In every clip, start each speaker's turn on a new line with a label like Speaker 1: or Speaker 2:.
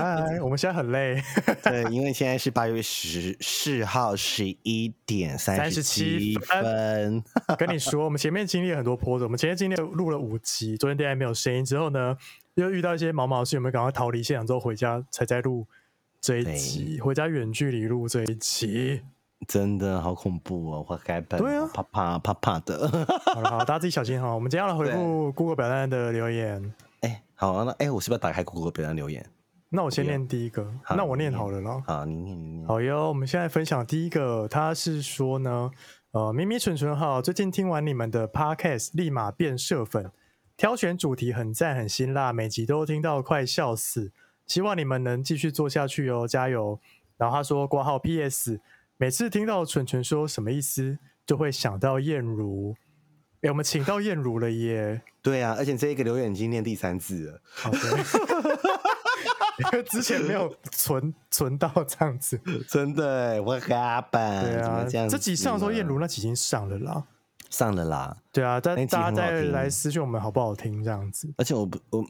Speaker 1: 嗨，我们现在很累，
Speaker 2: 对，因为现在是八月十四号十一点三十七
Speaker 1: 37
Speaker 2: 分，
Speaker 1: 跟你说，我们前面经历了很多波折，我们前面经历了录了五集，昨天恋爱没有声音之后呢，又遇到一些毛毛事，我们赶快逃离现场之后回家才在录这一集，回家远距离录这一集。
Speaker 2: 真的好恐怖哦！我该本
Speaker 1: 对啊
Speaker 2: 怕怕怕怕的。
Speaker 1: 好了，好，大家自己小心哈。我们接下来回复 Google 表单的留言。
Speaker 2: 哎、好、啊，那哎、我是不是要打开 Google 表单留言？
Speaker 1: 那我先
Speaker 2: 不要
Speaker 1: 念第一个，
Speaker 2: 好
Speaker 1: 那我念
Speaker 2: 你念
Speaker 1: 好了啦。
Speaker 2: 好，你念你念。
Speaker 1: 好哟，我们现在分享第一个，他是说呢，呃，咪咪蠢蠢好，最近听完你们的 podcast，立马变社粉，挑选主题很赞很辛辣，每集都听到快笑死，希望你们能继续做下去哦，加油！然后他说挂号 PS，每次听到蠢蠢说什么意思，就会想到燕如，哎，我们请到燕如了耶，
Speaker 2: 对啊，而且这一个留言已经念第三次了。
Speaker 1: 好的。因为 之前没有存存到这样 子，
Speaker 2: 真的，What happened？
Speaker 1: 对
Speaker 2: 哎怎
Speaker 1: 啊
Speaker 2: 么，这样子呢？
Speaker 1: 集上的时候，燕如那集已经上了啦。
Speaker 2: 上了啦，
Speaker 1: 对啊，但
Speaker 2: 那集
Speaker 1: 大家
Speaker 2: 很好
Speaker 1: 再
Speaker 2: 听
Speaker 1: 来私讯我们好不好听这样子，
Speaker 2: 而且我不我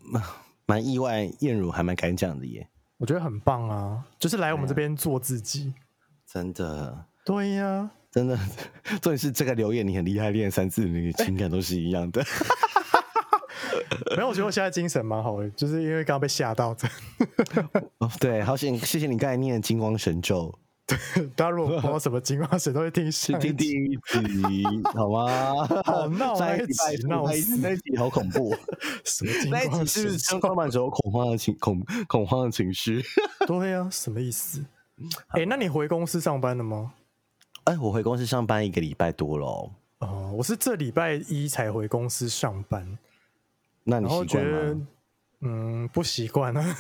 Speaker 2: 蛮意外，燕如还蛮敢讲的耶，
Speaker 1: 我觉得很棒啊，就是来我们这边做自己。
Speaker 2: 哎真的
Speaker 1: 对呀、
Speaker 2: 真的， 重点是这个留言你很厉害，练三次那个情感都是一样的。
Speaker 1: 没有，我觉得我现在精神蛮好的，就是因为刚刚被吓到的。
Speaker 2: 哦对，好险，谢谢你刚才念的金光神咒，
Speaker 1: 大家如果不知道什么情况，谁都会听
Speaker 2: 去
Speaker 1: 上一
Speaker 2: 听 第
Speaker 1: 集。
Speaker 2: 一集好吗？
Speaker 1: 好闹
Speaker 2: 上一
Speaker 1: 那一
Speaker 2: 集拜
Speaker 1: 集
Speaker 2: 托
Speaker 1: 闹
Speaker 2: 那一
Speaker 1: 死
Speaker 2: 那一集好恐 怖，
Speaker 1: 什么情
Speaker 2: 那一集
Speaker 1: 况
Speaker 2: 是不
Speaker 1: 神
Speaker 2: 是
Speaker 1: 咒？
Speaker 2: 充满着恐慌的情恐恐慌的情绪？
Speaker 1: 对呀、什么意思？哎、那你回公司上班了吗？
Speaker 2: 哎，我回公司上班一个礼拜多了哦，
Speaker 1: 哦、我是这礼拜一才回公司上班，
Speaker 2: 那你
Speaker 1: 然后
Speaker 2: 习
Speaker 1: 觉
Speaker 2: 惯
Speaker 1: 得
Speaker 2: 吗？
Speaker 1: 嗯不习惯啊。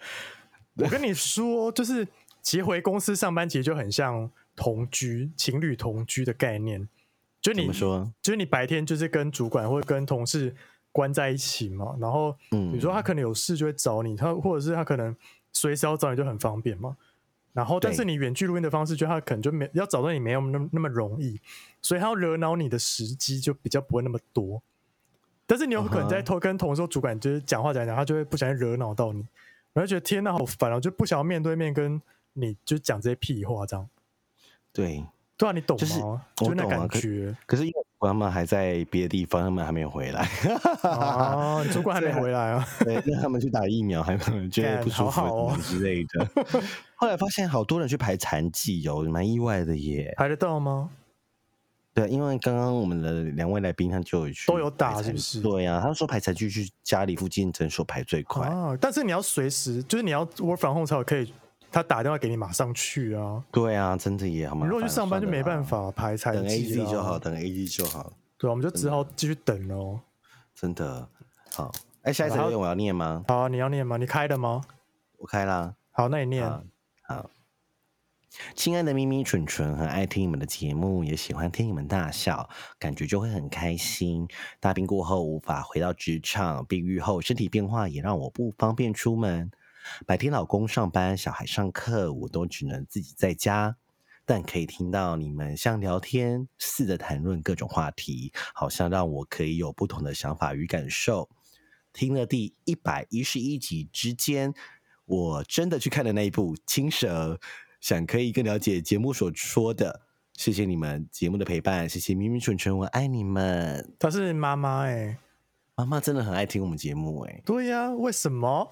Speaker 1: 我跟你说，就是其实回公司上班其实就很像同居情侣同居的概念，就
Speaker 2: 怎
Speaker 1: 你
Speaker 2: 么说？
Speaker 1: 就是你白天就是跟主管或者跟同事关在一起嘛，然后
Speaker 2: 嗯
Speaker 1: 比如说他可能有事就会找你，他或者是他可能随时要找你就很方便嘛。然后，但
Speaker 2: 对
Speaker 1: 是你远距录音的方式，就他可能就没要找到你没有那么那么容易，所以他要惹恼你的时机就比较不会那么多。但是你有可能在
Speaker 2: 嗯哼
Speaker 1: 偷跟同事或主管就是讲话讲一讲，他就会不小心惹恼到你，然后觉得天呐好烦啊，我就不想要面对面跟你就讲这些屁话这样。
Speaker 2: 对，
Speaker 1: 对啊，你懂吗？
Speaker 2: 就是我
Speaker 1: 那
Speaker 2: 懂啊
Speaker 1: 感
Speaker 2: 可
Speaker 1: 觉
Speaker 2: 可是因为他们还在别的地方，他们还没有回来。
Speaker 1: 啊，你主管还没回来啊。
Speaker 2: 对，让他们去打疫苗，还可能觉得
Speaker 1: 干
Speaker 2: 不舒
Speaker 1: 好好
Speaker 2: 服
Speaker 1: 哦
Speaker 2: 什么之类的。 后来发现好多人去排残疾哦，蛮意外的耶。
Speaker 1: 排得到吗？
Speaker 2: 对，啊因为刚刚我们的两位来宾他就有去
Speaker 1: 都有打
Speaker 2: 排残
Speaker 1: 是不是
Speaker 2: 对呀、啊，他说排残疾去家里附近诊所排最快。
Speaker 1: 啊，但是你要随时，就是你要 work from home 才有可以，他打电话给你马上去啊。
Speaker 2: 对啊，真的也好
Speaker 1: 你
Speaker 2: 麻烦。
Speaker 1: 如果去上班就
Speaker 2: 算了
Speaker 1: 没
Speaker 2: 啦
Speaker 1: 办，法排才
Speaker 2: 等 A
Speaker 1: 机
Speaker 2: Z
Speaker 1: 啦
Speaker 2: 就好，。等 A Z 就好，
Speaker 1: 对啊，我们就只好继续等喽。
Speaker 2: 真的好。哎，下一
Speaker 1: 好
Speaker 2: 则
Speaker 1: 然后
Speaker 2: 留言我要念吗？
Speaker 1: 好啊，你要念吗？你开的吗？
Speaker 2: 我开啦。
Speaker 1: 好，那你念。
Speaker 2: 好好，亲爱的咪咪、蠢蠢，很爱听你们的节目，也喜欢听你们大笑，感觉就会很开心。大病过后无法回到职场，病愈后身体变化也让我不方便出门。白天老公上班，小孩上课，我都只能自己在家。但可以听到你们像聊天似的谈论各种话题，好像让我可以有不同的想法与感受。听了第一百一十一集之间，我真的去看了那一部《青蛇》，想可以更了解节目所说的。谢谢你们节目的陪伴，谢谢咪咪蠢蠢，我爱你们。
Speaker 1: 她是妈妈哎、
Speaker 2: 妈妈真的很爱听我们节目哎、
Speaker 1: 对呀、为什么？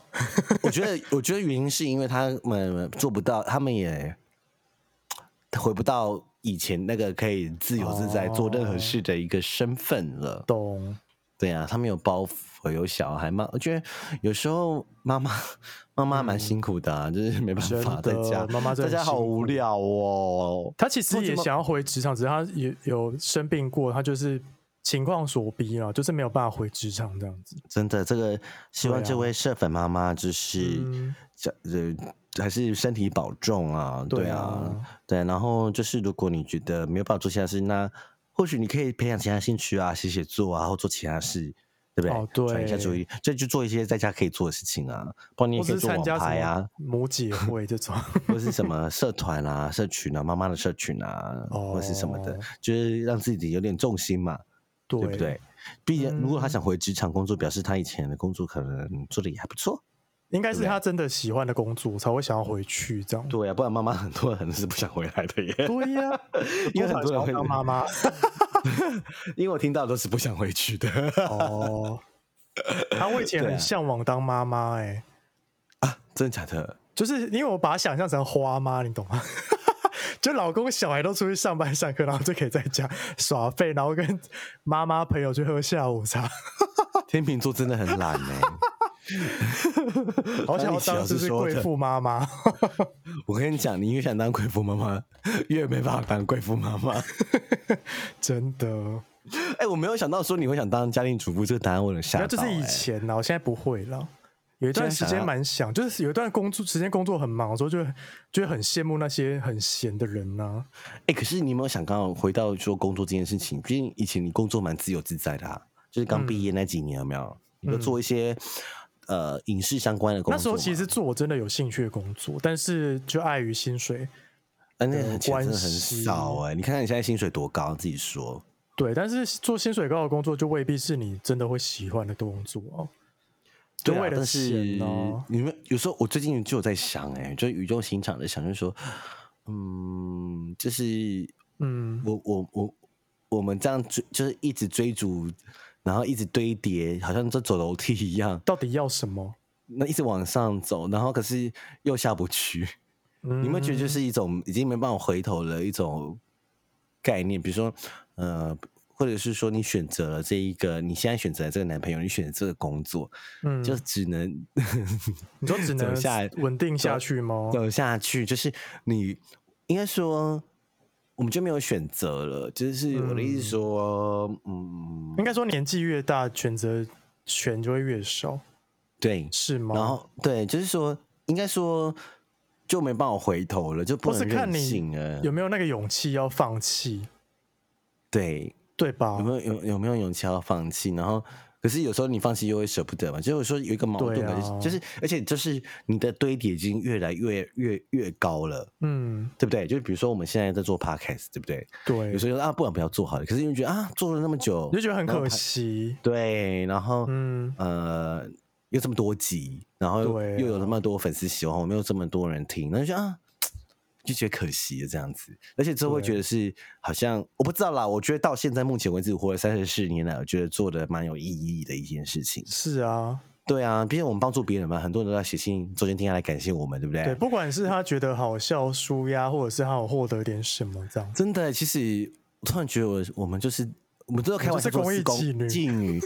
Speaker 2: 我觉得，我觉得原因是因为他们做不到，他们也回不到以前那个可以自由自在做任何事的一个身份了。
Speaker 1: 懂
Speaker 2: 对啊，他们有包袱，有小孩嘛。我觉得有时候妈妈妈妈蛮辛苦的、啊，就是没办
Speaker 1: 嗯真
Speaker 2: 法在家
Speaker 1: 的，，妈妈真
Speaker 2: 大
Speaker 1: 的
Speaker 2: 家
Speaker 1: 很
Speaker 2: 好
Speaker 1: 辛苦
Speaker 2: 无。聊哦。
Speaker 1: 她其实
Speaker 2: 为什
Speaker 1: 也
Speaker 2: 么
Speaker 1: 想要回职场，只是她也有生病过，她就是情况所逼啊，就是没有办法回职场这样子。
Speaker 2: 真的，这个希
Speaker 1: 对
Speaker 2: 望这
Speaker 1: 啊
Speaker 2: 位社粉妈妈就是
Speaker 1: 嗯
Speaker 2: 这呃、还是身体保重啊，对
Speaker 1: 对
Speaker 2: 啊
Speaker 1: 啊，
Speaker 2: 对。然后就是如果你觉得没有办法做其他事，那或许你可以培养其他兴趣啊，写写作啊，或做其他事。对不对？
Speaker 1: 哦对
Speaker 2: 转一下注意，这就做一些在家可以做的事情啊，不然你也
Speaker 1: 或
Speaker 2: 可以
Speaker 1: 是
Speaker 2: 做
Speaker 1: 参
Speaker 2: 网
Speaker 1: 加
Speaker 2: 牌
Speaker 1: 什
Speaker 2: 啊
Speaker 1: 么，母姐会这种，
Speaker 2: 或是什么社团啊、社群啊、妈妈的社群啊，
Speaker 1: 哦
Speaker 2: 或是什么的，就是让自己有点重心嘛，
Speaker 1: 对
Speaker 2: 对不对？？毕竟，
Speaker 1: 嗯
Speaker 2: 如果他想回职场工作，表示他以前的工作可能做的也还不错。
Speaker 1: 应该
Speaker 2: 对不
Speaker 1: 是
Speaker 2: 对
Speaker 1: 他真的喜欢的工作才会想要回去这样。
Speaker 2: 对啊呀、不然妈妈很多人是不想回来的耶，
Speaker 1: 对呀、
Speaker 2: 因为
Speaker 1: 多少
Speaker 2: 很多人
Speaker 1: 想
Speaker 2: 会
Speaker 1: 要当妈妈。
Speaker 2: 因为我听到都是不想回去 的
Speaker 1: 哦，他我以前
Speaker 2: 对啊
Speaker 1: 很向往当妈妈，哎，
Speaker 2: 啊，真的假的？
Speaker 1: 就是因为我把它想象成花妈，你懂吗？ 就老公小孩都出去上班上课，然后就可以在家耍废，然后跟妈妈朋友去喝下午茶，
Speaker 2: 天秤座真的很懒呢、
Speaker 1: 好想要
Speaker 2: 当
Speaker 1: 当就
Speaker 2: 你小时
Speaker 1: 是
Speaker 2: 候
Speaker 1: 贵
Speaker 2: 的
Speaker 1: 妇妈妈。
Speaker 2: 我跟你讲，你越想当贵妇妈妈，越没办法当贵妇妈 妈。
Speaker 1: 真的，
Speaker 2: 哎、我没有想到说你会想当家庭主妇，这个答案我有点吓
Speaker 1: 然
Speaker 2: 到、
Speaker 1: 后就是以
Speaker 2: 哎
Speaker 1: 前啊呢，我现在不会了。有一段时
Speaker 2: 现在想
Speaker 1: 间
Speaker 2: 要
Speaker 1: 蛮想，就是有一段工作时间工作很忙的时候，就会就会很羡慕那些很闲的人啊呐、
Speaker 2: 哎、可是你有没有想刚刚回到说工作这件事情？毕竟以前你工作蛮自由自在的啊，就是刚毕
Speaker 1: 嗯
Speaker 2: 业那几年有没有？你就做一些、呃影视相关的工作嘛。
Speaker 1: 那时候其实做我真的有兴趣的工作，但是就碍于薪水，
Speaker 2: 啊，那
Speaker 1: 的
Speaker 2: 个钱真的
Speaker 1: 关
Speaker 2: 很
Speaker 1: 系
Speaker 2: 少哎、你看看你现在薪水多高，自己说。
Speaker 1: 对，但是做薪水高的工作就未必是你真的会喜欢的工作哦。就
Speaker 2: 啊
Speaker 1: 为了
Speaker 2: 但是
Speaker 1: 钱哦
Speaker 2: 你们有时候我最近就有在想、哎，就是语重心长的想，就是说，嗯，就是
Speaker 1: 嗯，
Speaker 2: 我我我我们这样追，就是一直追逐，然后一直堆叠，好像在走楼梯一样。
Speaker 1: 到底要什么？
Speaker 2: 那一直往上走，然后可是又下不去，
Speaker 1: 嗯、
Speaker 2: 你有没有觉得就是一种已经没办法回头的一种概念？比如说，呃，或者是说你选择了这一个，你现在选择了这个男朋友，你选择这个工作，
Speaker 1: 嗯，
Speaker 2: 就只能
Speaker 1: 你说只能
Speaker 2: 走下来
Speaker 1: 稳定下去吗？
Speaker 2: 走下去，就是你应该说。我们就没有选择了，就是我的意思
Speaker 1: 嗯
Speaker 2: 说，嗯，
Speaker 1: 应该说年纪越大，选择权就会越少，
Speaker 2: 对，
Speaker 1: 是吗？
Speaker 2: 然后对，就是说，应该说就没办法回头了，就不
Speaker 1: 或
Speaker 2: 能
Speaker 1: 是看
Speaker 2: 任
Speaker 1: 你
Speaker 2: 性了。
Speaker 1: 有没有那个勇气要放弃，
Speaker 2: 对，
Speaker 1: 对吧？
Speaker 2: 有没有有有没有勇气要放弃？然后，可是有时候你放弃又会舍不得嘛，就是说有一个矛盾
Speaker 1: 对
Speaker 2: 感，
Speaker 1: 啊
Speaker 2: 就是而且就是你的堆叠已经越来越越越高了。
Speaker 1: 嗯，
Speaker 2: 对不对？就比如说我们现在在做 podcast，对不对？
Speaker 1: 对，
Speaker 2: 有时候就说啊，不然不要做好了。可是又觉得啊，做了那么久，
Speaker 1: 你就觉得很
Speaker 2: 然后
Speaker 1: 可
Speaker 2: 拍。
Speaker 1: 惜。
Speaker 2: 对，然后
Speaker 1: 嗯，
Speaker 2: 呃，又这么多集，然后又,、
Speaker 1: 对啊
Speaker 2: 又有那么多粉丝喜欢，我们又这么多人听，那就觉得啊，就觉得可惜了这样子，而且这会觉得是好像我不知道啦，我觉得到现在目前为止，活了三十四年来，我觉得做的蛮有意义的一件事情。
Speaker 1: 是啊，
Speaker 2: 对啊，毕竟我们帮助别人嘛，很多人都在写信、昨天听下来感谢我们，对不对？
Speaker 1: 对，不管是他觉得好笑、舒压，或者是他有获得点什么 这样子，
Speaker 2: 真的，其实我突然觉得我我们就是我们都在开玩笑说
Speaker 1: 我们就是公益
Speaker 2: 公
Speaker 1: 妓
Speaker 2: 妓女。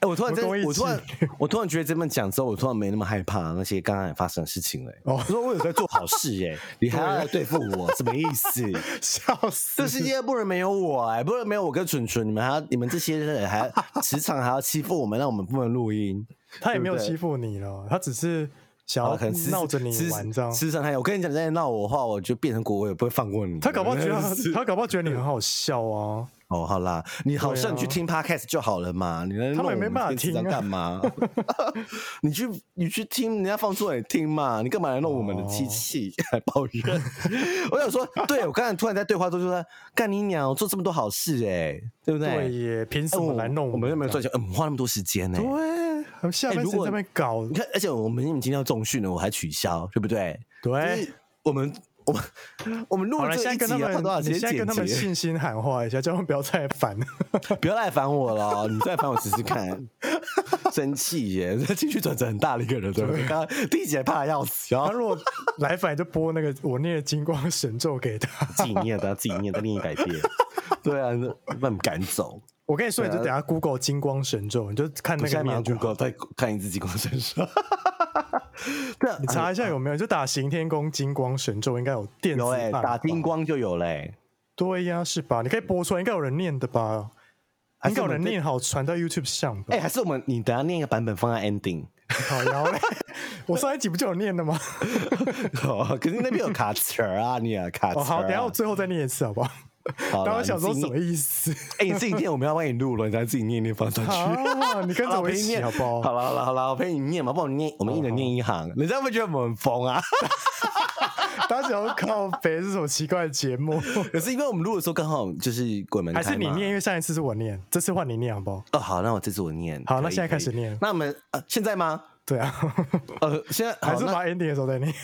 Speaker 2: 哎、我突然真
Speaker 1: 我们公益
Speaker 2: 的，我突然
Speaker 1: 妓，
Speaker 2: 我突然觉得这么讲之后，我突然没那么害怕那些刚刚也发生的事情了、欸。
Speaker 1: 哦
Speaker 2: 我说我有在做好事耶、你还要来对付我，什么意思？
Speaker 1: 笑死
Speaker 2: 这！世界不能没有我哎、不能没有我跟蠢蠢，你们还要你们这些人还要职场还要欺负我们，让我们不能录音。
Speaker 1: 他也没有
Speaker 2: 对不对
Speaker 1: 欺负你了，他只是想
Speaker 2: 好
Speaker 1: 要
Speaker 2: 了，可能私
Speaker 1: 闹着你
Speaker 2: 私
Speaker 1: 玩这样。
Speaker 2: 私生还有，我跟你讲，你再闹我的话，我就变成国，我也不会放过你。
Speaker 1: 他搞不好觉得他
Speaker 2: 是
Speaker 1: 他搞不好觉得你很好笑啊，
Speaker 2: 哦，好啦，你好
Speaker 1: 对
Speaker 2: 像你去
Speaker 1: 啊
Speaker 2: 听 podcast 就好了嘛，你能
Speaker 1: 他们也没办法听啊
Speaker 2: 干嘛？ 你去你去听人家放出来听嘛，你干嘛来弄我们的机
Speaker 1: 哦
Speaker 2: 器 来抱怨？我想说，对我刚才突然在对话中就说，干你娘，我做这么多好事哎、 对不对？
Speaker 1: 对耶，凭什
Speaker 2: 哎
Speaker 1: 么来弄
Speaker 2: 我们又没有
Speaker 1: 这
Speaker 2: 赚
Speaker 1: 样？
Speaker 2: 钱，嗯，花那么多时间呢、
Speaker 1: 对，还有下
Speaker 2: 哎
Speaker 1: 半
Speaker 2: 如
Speaker 1: 身
Speaker 2: 果
Speaker 1: 在那边搞
Speaker 2: 你，看，而且我们你们今天要重训了，我还取消，对不对？就
Speaker 1: 对
Speaker 2: 是。我们我们我们录
Speaker 1: 好
Speaker 2: 了
Speaker 1: 了，现在
Speaker 2: 这
Speaker 1: 跟
Speaker 2: 一
Speaker 1: 他
Speaker 2: 集啊要花多少
Speaker 1: 们，你
Speaker 2: 时
Speaker 1: 现在
Speaker 2: 间
Speaker 1: 跟他
Speaker 2: 剪
Speaker 1: 们
Speaker 2: 辑
Speaker 1: 信心喊话一下，叫他们不要再烦。
Speaker 2: 不要来烦我了， 你再烦我试试看。 生气耶，这情绪转折很大的一个人，对不对？刚刚第一集还怕的要死，然
Speaker 1: 他
Speaker 2: 后
Speaker 1: 如果来烦，就播那个我念的金光神咒给他。
Speaker 2: 自己念，等下自己念，再念一百遍。 对啊，那把你赶走。
Speaker 1: 我跟你
Speaker 2: 啊
Speaker 1: 说，你就等下 Google 金光神咒，你就看
Speaker 2: 我
Speaker 1: 那
Speaker 2: 现
Speaker 1: 个
Speaker 2: 在马上
Speaker 1: 面就好
Speaker 2: Google 再看一次激光身上。 对啊
Speaker 1: 你，查一下有没有，就打刑天宫金光神咒，应该有电子
Speaker 2: 有哎、
Speaker 1: 版吧。
Speaker 2: 打金光就有嘞、
Speaker 1: 对呀、是吧？你可以播出来，应该有人念的吧？
Speaker 2: 还
Speaker 1: 应
Speaker 2: 是
Speaker 1: 该有
Speaker 2: 我们
Speaker 1: 人
Speaker 2: 在
Speaker 1: 念好，传到 YouTube 上吧
Speaker 2: 哎、？还是我们你等下念一个版本放在 ending，
Speaker 1: 好然后嘞，我上一集不就有念了吗？
Speaker 2: 哦，可是那边有卡词儿啊，你啊卡词
Speaker 1: 哦，
Speaker 2: 儿、啊。
Speaker 1: 好，等一下我最后再念一次好不好？
Speaker 2: 好
Speaker 1: 然
Speaker 2: 啦
Speaker 1: 后我想说
Speaker 2: 你自
Speaker 1: 什
Speaker 2: 己
Speaker 1: 么意 思？
Speaker 2: 哎、你自己念，我们要帮你录了，你再自己念一念放上去。
Speaker 1: 啊，你跟
Speaker 2: 好啦
Speaker 1: 着我一
Speaker 2: 陪你
Speaker 1: 起
Speaker 2: 念
Speaker 1: 好不好？
Speaker 2: 好了好了好了，我陪你念嘛，帮我们念，我们一人念一
Speaker 1: 哦
Speaker 2: 行，人家会不会觉得我们很 疯啊？
Speaker 1: 大家想要靠北是什么奇怪的节目？
Speaker 2: 可是因为我们录的时候刚好就是鬼门开
Speaker 1: 还
Speaker 2: 嘛，
Speaker 1: 是你念？因为上一次是我念，这次换你念好不好？
Speaker 2: 哦，好，那我这次我念。
Speaker 1: 好
Speaker 2: 可以
Speaker 1: 那现在开始
Speaker 2: 可以
Speaker 1: 念
Speaker 2: 那我们呃，现在吗？
Speaker 1: 对啊，
Speaker 2: 呃，现在
Speaker 1: 还
Speaker 2: 好
Speaker 1: 是
Speaker 2: 那
Speaker 1: 把 ending 的时候再念。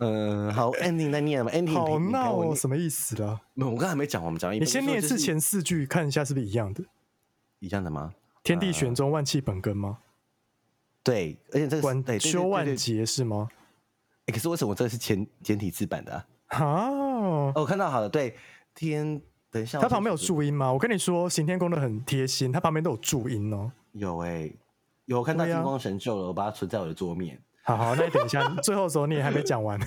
Speaker 2: 嗯，好，ending 再念吧，ending 你
Speaker 1: 好
Speaker 2: 陪你陪
Speaker 1: 闹
Speaker 2: 我
Speaker 1: 哦，
Speaker 2: 念
Speaker 1: 什么意思啦？
Speaker 2: 没有我刚才还没讲，我们讲一半。
Speaker 1: 你先念一
Speaker 2: 就是
Speaker 1: 次前四句，看一下是不是一样的。
Speaker 2: 一样的吗？
Speaker 1: 天
Speaker 2: 呃
Speaker 1: 地玄宗，万气本根吗？
Speaker 2: 对，而且这个
Speaker 1: 管
Speaker 2: 对对对
Speaker 1: 修
Speaker 2: 对
Speaker 1: 万
Speaker 2: 对
Speaker 1: 劫是吗？
Speaker 2: 诶可是为什么这个是简简体字版的啊、
Speaker 1: 啊，
Speaker 2: 哦，我看到好了，对，天，等一下，
Speaker 1: 它旁边
Speaker 2: 边
Speaker 1: 有注音吗？我跟你说，行天宫的很贴心，它旁边都有注音哦。
Speaker 2: 有哎、有我看到
Speaker 1: 对啊
Speaker 2: 金光神咒了，我把它存在我的桌面。
Speaker 1: 好好，那你等一下， 最后的时候你也还没讲 完。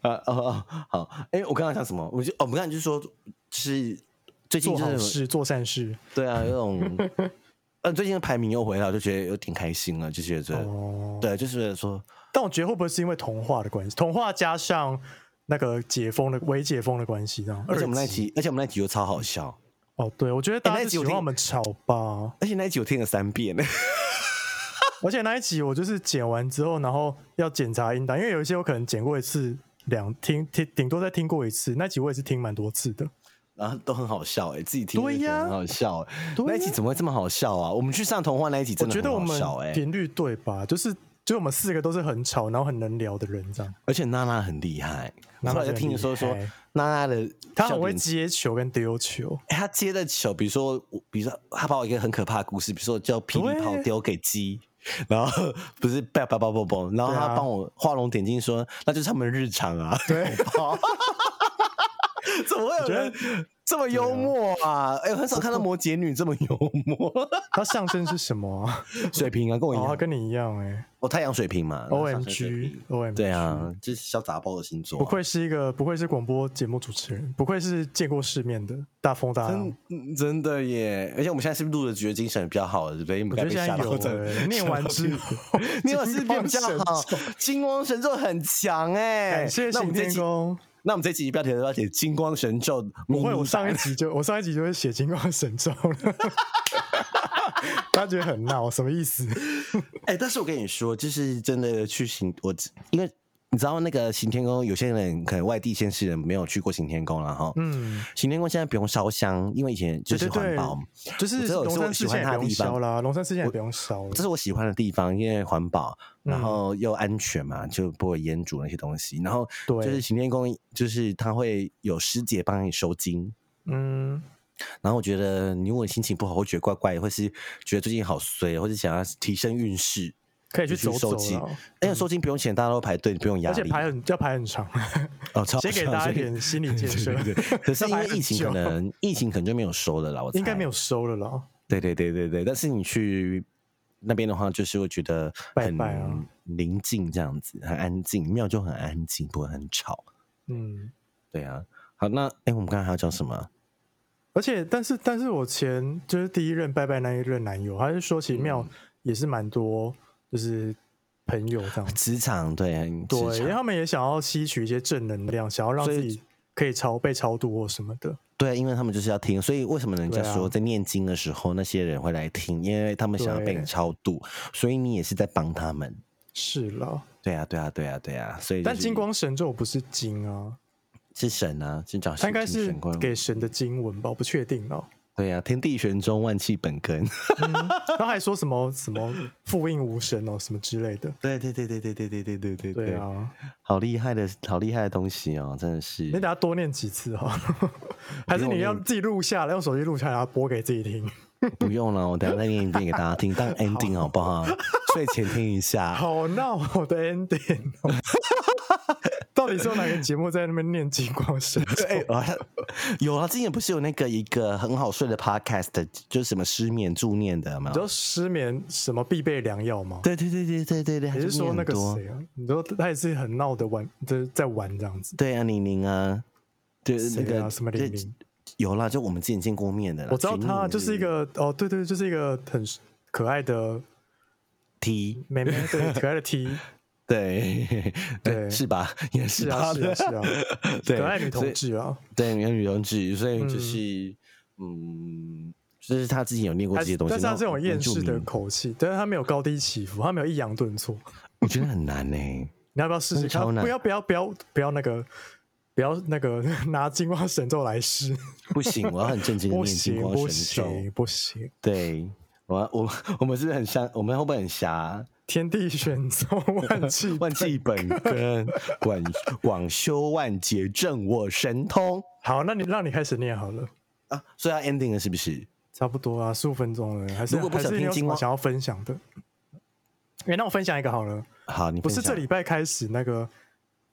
Speaker 2: 啊哦哦，好，哎、我刚刚讲什么？我就哦，我们刚才就是说，就是最近
Speaker 1: 做好
Speaker 2: 就是
Speaker 1: 事，做善事。
Speaker 2: 对啊，有种，呃，最近的排名又回来，我就觉得有点开心了，就觉得、
Speaker 1: 哦，
Speaker 2: 对，就是觉得说，
Speaker 1: 但我觉得会不会是因为童话的关系？童话加上那个解封的伪解封的关系，这样。
Speaker 2: 而且我们那
Speaker 1: 二
Speaker 2: 一集，而且我们那一集又超好笑，
Speaker 1: 哦，对，我觉得大
Speaker 2: 哎
Speaker 1: 家
Speaker 2: 那
Speaker 1: 是
Speaker 2: 集
Speaker 1: 喜
Speaker 2: 我
Speaker 1: 欢
Speaker 2: 听
Speaker 1: 我们吵吧。
Speaker 2: 而且那一集我听了三遍，
Speaker 1: 而且那一集我就是剪完之后，然后要检查音档，因为有一些我可能剪过一次，两听听顶多再听过一次。那集我也是听蛮多次的。
Speaker 2: 然后都很好笑哎、自己听
Speaker 1: 对
Speaker 2: 也觉得
Speaker 1: 呀
Speaker 2: 很好笑、哎
Speaker 1: 对
Speaker 2: 那一集
Speaker 1: 呀
Speaker 2: 怎么会这么好笑啊？我们去上童话那一集
Speaker 1: 我
Speaker 2: 真的
Speaker 1: 觉得我
Speaker 2: 很好
Speaker 1: 们
Speaker 2: 笑哎、
Speaker 1: 频率对吧？就是就我们四个都是很吵，然后很能聊的人，这样。
Speaker 2: 而且娜娜很厉害，
Speaker 1: 娜娜
Speaker 2: 我后来就
Speaker 1: 真的
Speaker 2: 听你
Speaker 1: 厉
Speaker 2: 说说
Speaker 1: 害
Speaker 2: 娜娜的
Speaker 1: 他
Speaker 2: 笑
Speaker 1: 很会
Speaker 2: 点
Speaker 1: 接球跟丢球，
Speaker 2: 欸他接的球，比如说我，比如说他把我一个很可怕的故事，比如说叫霹雳炮
Speaker 1: 对
Speaker 2: 丢给鸡，然后不是叭叭叭叭叭，然后
Speaker 1: 对啊
Speaker 2: 他帮我画龙点睛说，那就是他们日常啊，
Speaker 1: 对，
Speaker 2: 怎么会有人这么幽默啊？哎、我很少看到摩羯女这么幽默，
Speaker 1: 他上身是什么、 啊？
Speaker 2: 水瓶啊，跟我一
Speaker 1: 哦，
Speaker 2: 样，
Speaker 1: 他跟你一样哎、
Speaker 2: 我太阳水瓶嘛
Speaker 1: O
Speaker 2: 上
Speaker 1: M
Speaker 2: 升水
Speaker 1: G
Speaker 2: 瓶
Speaker 1: O M，
Speaker 2: 对，啊，就是小杂包的星座啊、
Speaker 1: 不愧是一个不愧是广播节目主持人，不愧是见过世面的大风大浪。
Speaker 2: 真真的耶！啊而且我们现在是不是录的觉得精神比较好了，对不对？我
Speaker 1: 我觉得现在有、欸、念完之后，
Speaker 2: 念完是变比较
Speaker 1: 金
Speaker 2: 好
Speaker 1: 光神咒，
Speaker 2: 金光神咒很强哎、
Speaker 1: 感谢
Speaker 2: 那我
Speaker 1: 行
Speaker 2: 们这一
Speaker 1: 天
Speaker 2: 集，
Speaker 1: 宫。
Speaker 2: 那我们这一集标题要写“金光神咒”，
Speaker 1: 不
Speaker 2: 不
Speaker 1: 会，我上一集 就我上一集就会写金光神咒 了。他觉得很闹，什么意思？
Speaker 2: 哎、但是我跟你说，就是真的去行，我因为你知道那个行天宫，有些人可能外地县市人没有去过行天宫了哈。
Speaker 1: 嗯，
Speaker 2: 行天宫现在不用烧香，因为以前就是
Speaker 1: 对对
Speaker 2: 环
Speaker 1: 对
Speaker 2: 保。
Speaker 1: 就是
Speaker 2: 我知道有
Speaker 1: 龙
Speaker 2: 时候
Speaker 1: 山
Speaker 2: 我
Speaker 1: 寺
Speaker 2: 喜
Speaker 1: 现在
Speaker 2: 欢他
Speaker 1: 也
Speaker 2: 的
Speaker 1: 不用
Speaker 2: 地方
Speaker 1: 烧啦，龙山寺现在也不用烧了
Speaker 2: 这。是我喜欢的地方，因为环保，然
Speaker 1: 嗯
Speaker 2: 后又安全嘛，就不会烟煮那些东西。然后
Speaker 1: 对
Speaker 2: 就是行天宫，就是它会有师姐帮你收金。
Speaker 1: 嗯，
Speaker 2: 然后我觉得，你如果心情不好，会觉得怪怪的，或是觉得最近好衰，或是想要提升运势，
Speaker 1: 可以去走
Speaker 2: 就去
Speaker 1: 走
Speaker 2: 收金
Speaker 1: 了，。嗯
Speaker 2: 而且收金不用钱，大家都排队，不用压
Speaker 1: 而且
Speaker 2: 力。
Speaker 1: 排很要排很 长，
Speaker 2: 哦，超
Speaker 1: 先给
Speaker 2: 超
Speaker 1: 大家一
Speaker 2: 所 以
Speaker 1: 点心理建设。
Speaker 2: 对对对。可是因为疫 情，可
Speaker 1: 要排很久
Speaker 2: 能疫情可能就没有收了啦，我猜
Speaker 1: 应该没有。收了啦。
Speaker 2: 对对对对对，但是你去那边的话，就是会觉得
Speaker 1: 拜
Speaker 2: 很
Speaker 1: 拜啊
Speaker 2: 宁静，这样子很安静，庙就很安静，不会很吵。
Speaker 1: 嗯，
Speaker 2: 对啊，好，那哎，我们刚才还要讲什么啊？
Speaker 1: 而且但是但是我前就是第一任拜拜那一任男友，他是说其实庙也是蛮多，就是朋友这样。
Speaker 2: 职场对，很职
Speaker 1: 对，因为
Speaker 2: 场
Speaker 1: 他们也想要吸取一些正能量，想要让
Speaker 2: 所以
Speaker 1: 自己可以超被超度或什么的。
Speaker 2: 对，啊因为他们就是要听，所以为什么人家
Speaker 1: 对啊
Speaker 2: 说在念经的时候，那些人会来听，因为他们想要
Speaker 1: 对
Speaker 2: 被你超度，所以你也是在帮他们。
Speaker 1: 是啦，
Speaker 2: 对啊，对啊，对啊，对啊，所以、
Speaker 1: 但金光神咒不是经啊，
Speaker 2: 是神啊，是找
Speaker 1: 它应该
Speaker 2: 神
Speaker 1: 是
Speaker 2: 神光
Speaker 1: 给神的经文吧，我不确定哦。
Speaker 2: 对啊，天地玄宗，万气本根。
Speaker 1: 他还说什么什么复印无神哦，什么之类的。
Speaker 2: 对对对对对对对对对对
Speaker 1: 对，啊，
Speaker 2: 好厉害的，好厉害的东西哦，真的是
Speaker 1: 你等。下多念几次 哈，还是你要自己录下来，用手机录下来，然后播给自己听。
Speaker 2: 不用了，我等一下再念一遍给大家 听，当 ending 好不好？睡前听一下。
Speaker 1: 好闹我的 ending，哦 到底是有哪个节目在那边念金光神咒？
Speaker 2: 哎、我还有啊，之前不是有那个一个很好睡的 podcast，就是什么失眠助念的嘛
Speaker 1: 你知？道失眠什么必备良药吗？
Speaker 2: 对对对对对对对，还
Speaker 1: 也是说那个
Speaker 2: 多
Speaker 1: 谁啊？你说他也是很闹的玩，就是在玩这样子。
Speaker 2: 对啊，李宁啊，对
Speaker 1: 谁
Speaker 2: 那
Speaker 1: 啊
Speaker 2: 个啊
Speaker 1: 什么李宁
Speaker 2: 对有啦，就我们之前见过面的啦。
Speaker 1: 我知道
Speaker 2: 群里
Speaker 1: 他
Speaker 2: 面
Speaker 1: 就是一个哦，对对，就是一个很可爱的
Speaker 2: T，
Speaker 1: 妹妹 对可爱的 T，
Speaker 2: 对
Speaker 1: 对
Speaker 2: 是吧？也
Speaker 1: 是啊
Speaker 2: 吧？
Speaker 1: 是啊是啊，
Speaker 2: 对，
Speaker 1: 可爱女
Speaker 2: 所
Speaker 1: 同
Speaker 2: 以
Speaker 1: 志啊，
Speaker 2: 对，没有女同志，所以就
Speaker 1: 嗯
Speaker 2: 是嗯。就是他之前有念过
Speaker 1: 还
Speaker 2: 这些
Speaker 1: 是
Speaker 2: 东西，
Speaker 1: 但是他这种厌
Speaker 2: 原住
Speaker 1: 世的
Speaker 2: 民
Speaker 1: 口气，但是他没有高低起伏，他没有抑扬顿挫。
Speaker 2: 我觉得很难呢、
Speaker 1: 你要不要试试
Speaker 2: 真的超
Speaker 1: 看？
Speaker 2: 难
Speaker 1: 不要不要不要不要那个，不要那个 拿金光神咒来试，
Speaker 2: 不行，我要很正经的
Speaker 1: 不
Speaker 2: 念金
Speaker 1: 行
Speaker 2: 光
Speaker 1: 不
Speaker 2: 神咒
Speaker 1: 行。不行，
Speaker 2: 对，我要我我们是不是很像，我们会不会很瞎？
Speaker 1: 天地玄宗 万气
Speaker 2: 万气本 根，广广修万劫，正我神通
Speaker 1: 好，那你让你开始念好了，
Speaker 2: 啊！所以要 ending 了，是不是？
Speaker 1: 差不多啊，十五分钟了，还是
Speaker 2: 如果不
Speaker 1: 还是
Speaker 2: 想
Speaker 1: 你
Speaker 2: 听
Speaker 1: 有什
Speaker 2: 金
Speaker 1: 么
Speaker 2: 光
Speaker 1: 想要分享的？哎、那我分享一个好了，
Speaker 2: 好，你
Speaker 1: 不是
Speaker 2: 分享
Speaker 1: 这礼拜开始那个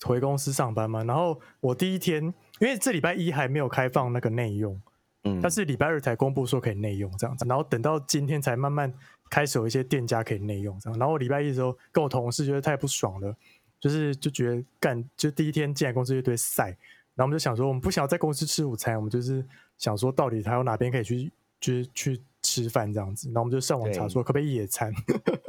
Speaker 1: 回公司上班嘛？然后我第一天，因为这礼拜一还没有开放那个内用，
Speaker 2: 嗯
Speaker 1: 但是礼拜二才公布说可以内用这样子，然后等到今天才慢慢开始有一些店家可以内用这样。然后我礼拜一的时候跟我同事觉得太不爽了，就是就觉得干，就第一天进来公司就一堆晒，然后我们就想说我们不想要在公司吃午餐，我们就是想说到底还有哪边可以去就是去吃饭这样子，然后我们就上网查说可不可以野餐，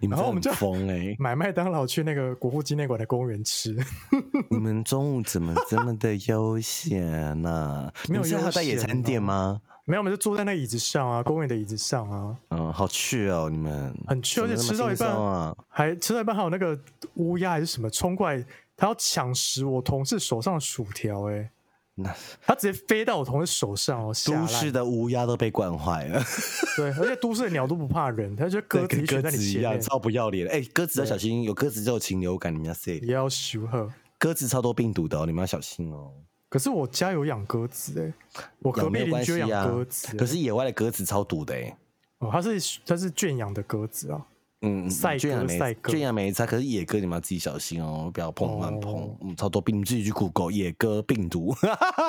Speaker 2: 你们
Speaker 1: 然后我们就
Speaker 2: 真的很疯哎、
Speaker 1: 买麦当劳去那个国父纪念馆的公园吃，
Speaker 2: 你们中午怎么这么的悠闲呢、你
Speaker 1: 没有
Speaker 2: 们现在还
Speaker 1: 悠
Speaker 2: 在野
Speaker 1: 闲
Speaker 2: 餐店
Speaker 1: 啊
Speaker 2: 吗？
Speaker 1: 没有我们就坐在那椅子上啊，公园的椅子上啊，
Speaker 2: 嗯，好去哦，你们
Speaker 1: 很 chill，
Speaker 2: 怎么
Speaker 1: 而且
Speaker 2: 那么
Speaker 1: 吃到一
Speaker 2: 轻松
Speaker 1: 半
Speaker 2: 啊！
Speaker 1: 还吃到一半还有那个乌鸦还是什么冲过来，他要抢食我同事手上的薯条、欸，
Speaker 2: 那
Speaker 1: 他直接飞到我同事手上哦，吓
Speaker 2: 都
Speaker 1: 烂
Speaker 2: 市的乌鸦都被惯坏了，
Speaker 1: 对，而且都市的鸟都不怕人，它就 鸽子
Speaker 2: 跟
Speaker 1: 一群
Speaker 2: 鸽
Speaker 1: 在
Speaker 2: 子
Speaker 1: 你
Speaker 2: 一
Speaker 1: 前
Speaker 2: 样，
Speaker 1: 面，
Speaker 2: 超不要脸的。哎、鸽子要
Speaker 1: 对
Speaker 2: 小心，有鸽子就有禽流感，你们要 say。
Speaker 1: 也要修呵。
Speaker 2: 鸽子超多病毒的、哦，你们要小心哦。
Speaker 1: 可是我家有养鸽子哎、我隔
Speaker 2: 养
Speaker 1: 壁
Speaker 2: 没有
Speaker 1: 邻
Speaker 2: 关
Speaker 1: 居
Speaker 2: 系
Speaker 1: 有
Speaker 2: 啊
Speaker 1: 养鸽子欸、
Speaker 2: 可是野外的鸽子超毒的哎、
Speaker 1: 哦，它是它是圈养的鸽子啊，
Speaker 2: 嗯，
Speaker 1: 赛鸽
Speaker 2: 圈养没
Speaker 1: 赛鸽
Speaker 2: 圈养没差，可是野鸽你们要自己小心哦，不要碰乱碰，
Speaker 1: 哦
Speaker 2: 嗯，超多病，你们自己去 Google 野鸽病毒。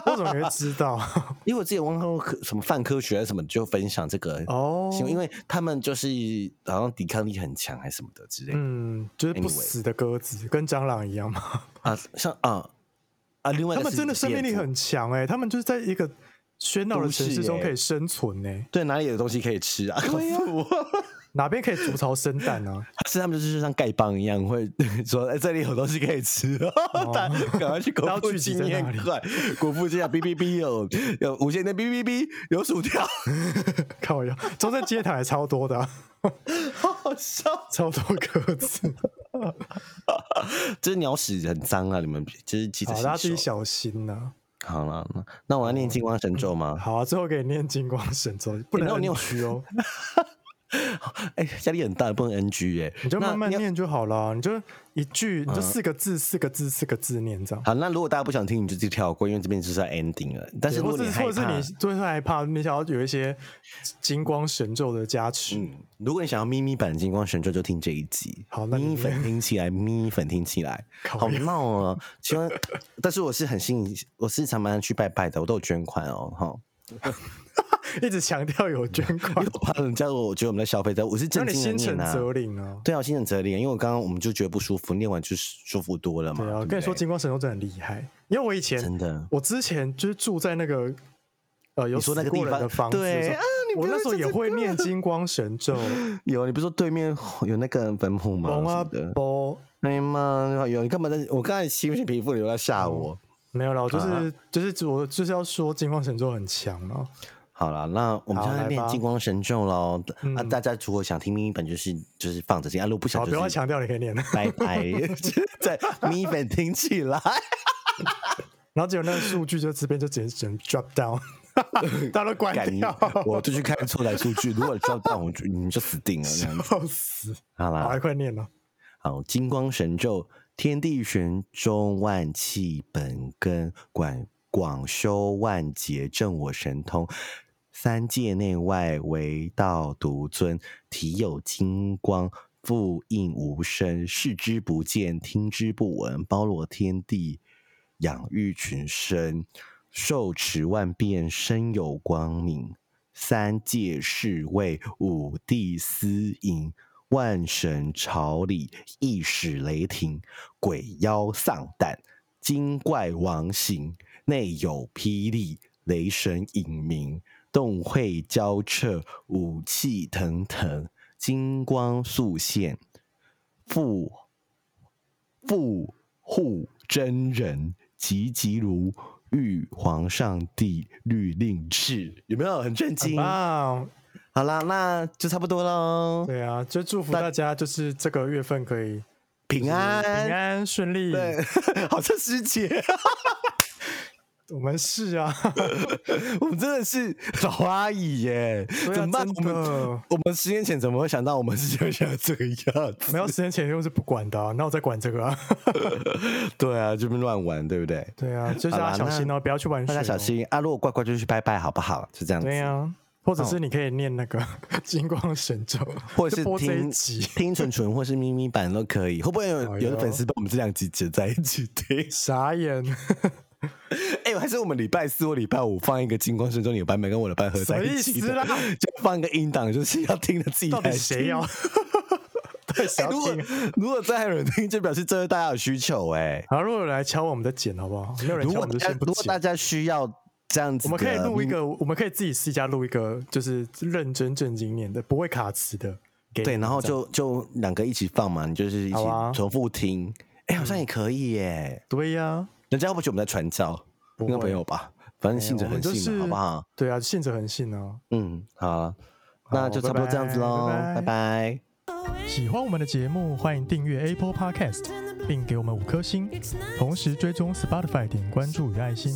Speaker 1: 我怎么会知道？
Speaker 2: 因为我之前问过科什么泛科学还是什么，就分享这个
Speaker 1: 哦
Speaker 2: 新闻，因为他们就是好像抵抗力很强还是什么的之类的、
Speaker 1: 嗯，就是不
Speaker 2: Anyway
Speaker 1: 死的鸽子，跟蟑螂一样嘛。
Speaker 2: 啊，像啊啊，另外一
Speaker 1: 他
Speaker 2: 个
Speaker 1: 们
Speaker 2: 是
Speaker 1: 真的生命力
Speaker 2: 蝙蝠
Speaker 1: 很强哎、他们就是在一个喧闹的城市
Speaker 2: 欸
Speaker 1: 中可以生存哎、
Speaker 2: 对，哪里有东西可以吃啊？对
Speaker 1: 哪边可以筑巢生蛋 啊？
Speaker 2: 是他们就是像丐帮一样，会 说：“哎、这里有东西可以吃， 大家赶快去国
Speaker 1: 哦然后
Speaker 2: 父
Speaker 1: 聚集
Speaker 2: 纪
Speaker 1: 在
Speaker 2: 念
Speaker 1: 那里
Speaker 2: 馆，国父纪念馆哔哔哔有有无线电哔哔哔有薯条，
Speaker 1: 靠呀，中正街台还超多的 啊、
Speaker 2: 好好笑。
Speaker 1: 超多鸽子。
Speaker 2: 这鸟屎很脏啊，你们就是记得
Speaker 1: 好，
Speaker 2: 洗
Speaker 1: 大家自己
Speaker 2: 手。
Speaker 1: 小心
Speaker 2: 啊
Speaker 1: 呐、
Speaker 2: 好了，那那我要念金光神咒吗？
Speaker 1: 好啊，最后给你念金光神咒，不能
Speaker 2: 那我念
Speaker 1: NG 哦，
Speaker 2: 哎、压力很大，不能 NG 耶、
Speaker 1: 你就
Speaker 2: 那
Speaker 1: 慢慢
Speaker 2: 要。
Speaker 1: 念就好了。啊你就一句，你就四个字、四个字、四个字念这样。
Speaker 2: 好，那如果大家不想听，你就自己跳过，因为这边就是要 ending 了。但是如
Speaker 1: 或
Speaker 2: 果
Speaker 1: 者
Speaker 2: 你
Speaker 1: 是
Speaker 2: 害
Speaker 1: 或者是
Speaker 2: 怕，
Speaker 1: 你就是害怕，你想要有一些金光神咒的加持，
Speaker 2: 嗯，如果你想要咪咪版金光神咒，就听这一集。
Speaker 1: 好那
Speaker 2: 咪
Speaker 1: 你
Speaker 2: 咪粉听起来，咪咪粉听起 来，
Speaker 1: 靠
Speaker 2: 好闹哦。希望， 但是我是很幸运，我是常常去拜拜的，我都有捐款哦，哈。
Speaker 1: 一直强调有捐
Speaker 2: 因
Speaker 1: 款
Speaker 2: 为，我怕人家我觉得我们在消费者，我是
Speaker 1: 那
Speaker 2: 正
Speaker 1: 你
Speaker 2: 经
Speaker 1: 心
Speaker 2: 的
Speaker 1: 诚
Speaker 2: 念啊。
Speaker 1: 则灵啊。
Speaker 2: 对啊，我心诚则灵，因为我刚刚我们就觉得不舒服，念完就是舒服多了嘛。
Speaker 1: 对啊，
Speaker 2: 对
Speaker 1: 我
Speaker 2: 不
Speaker 1: 跟你说，
Speaker 2: 对
Speaker 1: 金光神咒真的很厉害，因为我以前
Speaker 2: 真的
Speaker 1: 我之前就是住在那个呃有
Speaker 2: 你说那
Speaker 1: 死
Speaker 2: 个
Speaker 1: 过
Speaker 2: 地
Speaker 1: 人的
Speaker 2: 方
Speaker 1: 房子
Speaker 2: 对
Speaker 1: 的时候
Speaker 2: 啊你
Speaker 1: 我
Speaker 2: 不要
Speaker 1: 那时候
Speaker 2: 再
Speaker 1: 也
Speaker 2: 这
Speaker 1: 会念金光神 咒，
Speaker 2: 有，你不是说对面有那个坟墓吗？
Speaker 1: 蒙
Speaker 2: 什
Speaker 1: 啊
Speaker 2: 么的。
Speaker 1: 波
Speaker 2: 哎呀妈，有你干嘛在？我刚才心情皮肤流在吓我。
Speaker 1: 没有啦，我就是、
Speaker 2: 啊
Speaker 1: 就是我就是要说金光神咒很强啊，
Speaker 2: 好了，那我们
Speaker 1: 好
Speaker 2: 现在
Speaker 1: 来
Speaker 2: 练
Speaker 1: 吧
Speaker 2: 金光神咒喽。
Speaker 1: 嗯
Speaker 2: 啊，大家如果想听咪咪本，就是就是放着听；啊，如果不想
Speaker 1: 好，不
Speaker 2: 就
Speaker 1: 要
Speaker 2: 是
Speaker 1: 强调你可以念，
Speaker 2: 拜拜， 在咪咪本听起来。
Speaker 1: 然后结果那个数据就这边就直接只能 drop down，大家都关
Speaker 2: 感
Speaker 1: 掉，
Speaker 2: 我就去看出来数据，如果抓不到，我就你们就死定了。这样子啊
Speaker 1: 笑死，
Speaker 2: 好
Speaker 1: 好，
Speaker 2: 啦
Speaker 1: 还，快念了，哦
Speaker 2: 好，金光神咒，天地玄中万气本根，广广修万劫，正我神通。三界内外唯道独尊，体有金光，复应无声，视之不见，听之不闻，包罗天地，养育群生，受持万变，身有光明。三界侍卫，五帝司营，万神朝礼，一使雷霆，鬼妖丧胆，精怪王行，内有霹雳，雷神引鸣，洞会交彻，武气腾腾，金光素现，复复护真人，急急如玉皇上帝律令制，有没有很震
Speaker 1: 很
Speaker 2: 惊？
Speaker 1: 棒，
Speaker 2: 好啦，那就差不多喽，
Speaker 1: 对啊，就祝福
Speaker 2: 大
Speaker 1: 大家，就是这个月份可以
Speaker 2: 平安，
Speaker 1: 平安顺利。
Speaker 2: 对，好像师姐，
Speaker 1: 我们是啊，
Speaker 2: 我们真的是老阿姨耶，
Speaker 1: 对啊
Speaker 2: 怎么办？我
Speaker 1: 真的
Speaker 2: 们我们十年前怎么会想到我们是现在这个样子？
Speaker 1: 没有十年前又是不管的、啊，那我在管这个啊。
Speaker 2: 对啊，这边乱玩，对不对？
Speaker 1: 对啊，就是
Speaker 2: 好啦
Speaker 1: 大家小心哦，不要去玩
Speaker 2: 大
Speaker 1: 水、
Speaker 2: 家小。心哦啊！如果怪怪就去拜拜，好不好？就这样子。
Speaker 1: 对啊，或者是你可以念那个 金光神咒，
Speaker 2: 或者是
Speaker 1: 就播这一
Speaker 2: 听
Speaker 1: 集。
Speaker 2: 听纯纯，或是咪咪版都可以。会不会有
Speaker 1: 哎呦
Speaker 2: 有的粉丝把我们这两集剪在一起听？
Speaker 1: 傻眼，
Speaker 2: 哎、还是我们礼拜四或礼拜五放一个《金光神咒》你的版本跟我的版合在一起
Speaker 1: 什么
Speaker 2: 的
Speaker 1: 意思啦，
Speaker 2: 就放一个音档，就是要听的自己
Speaker 1: 到
Speaker 2: 来
Speaker 1: 底
Speaker 2: 听
Speaker 1: 谁要？ 对，谁
Speaker 2: 哎、
Speaker 1: 要
Speaker 2: 如果
Speaker 1: 听啊？
Speaker 2: 如果真的有人听，就表示真的大家有需求哎、
Speaker 1: 好，如果有人来敲我们的剪好不好？没有人
Speaker 2: 如
Speaker 1: 敲我
Speaker 2: 果
Speaker 1: 们就
Speaker 2: 大家
Speaker 1: 先不
Speaker 2: 如果大
Speaker 1: 剪。
Speaker 2: 家啊需要这样子嗯
Speaker 1: 我
Speaker 2: 的，
Speaker 1: 们可以录一个，我们可以自己私下录一个，就是认真正经念的，不会卡词的。给你
Speaker 2: 对，然后
Speaker 1: 这样
Speaker 2: 就就两个一起放嘛，你就是一起
Speaker 1: 好啊
Speaker 2: 重复听。哎、好像也可以耶，
Speaker 1: 对呀、
Speaker 2: 人家会不会觉得我们在传教？
Speaker 1: 不
Speaker 2: 应
Speaker 1: 会
Speaker 2: 该没有吧？反正信者
Speaker 1: 我们
Speaker 2: 恒信
Speaker 1: 就
Speaker 2: 嘛，
Speaker 1: 是
Speaker 2: 好不好？
Speaker 1: 对啊，信者恒信啊。
Speaker 2: 嗯，好啊，那就差不多这样子喽，
Speaker 1: 拜拜
Speaker 2: 拜拜
Speaker 1: 喜欢我们的节目，欢迎订阅 Apple Podcast，并给我们五颗星，同时追踪 Spotify 点关注与爱心。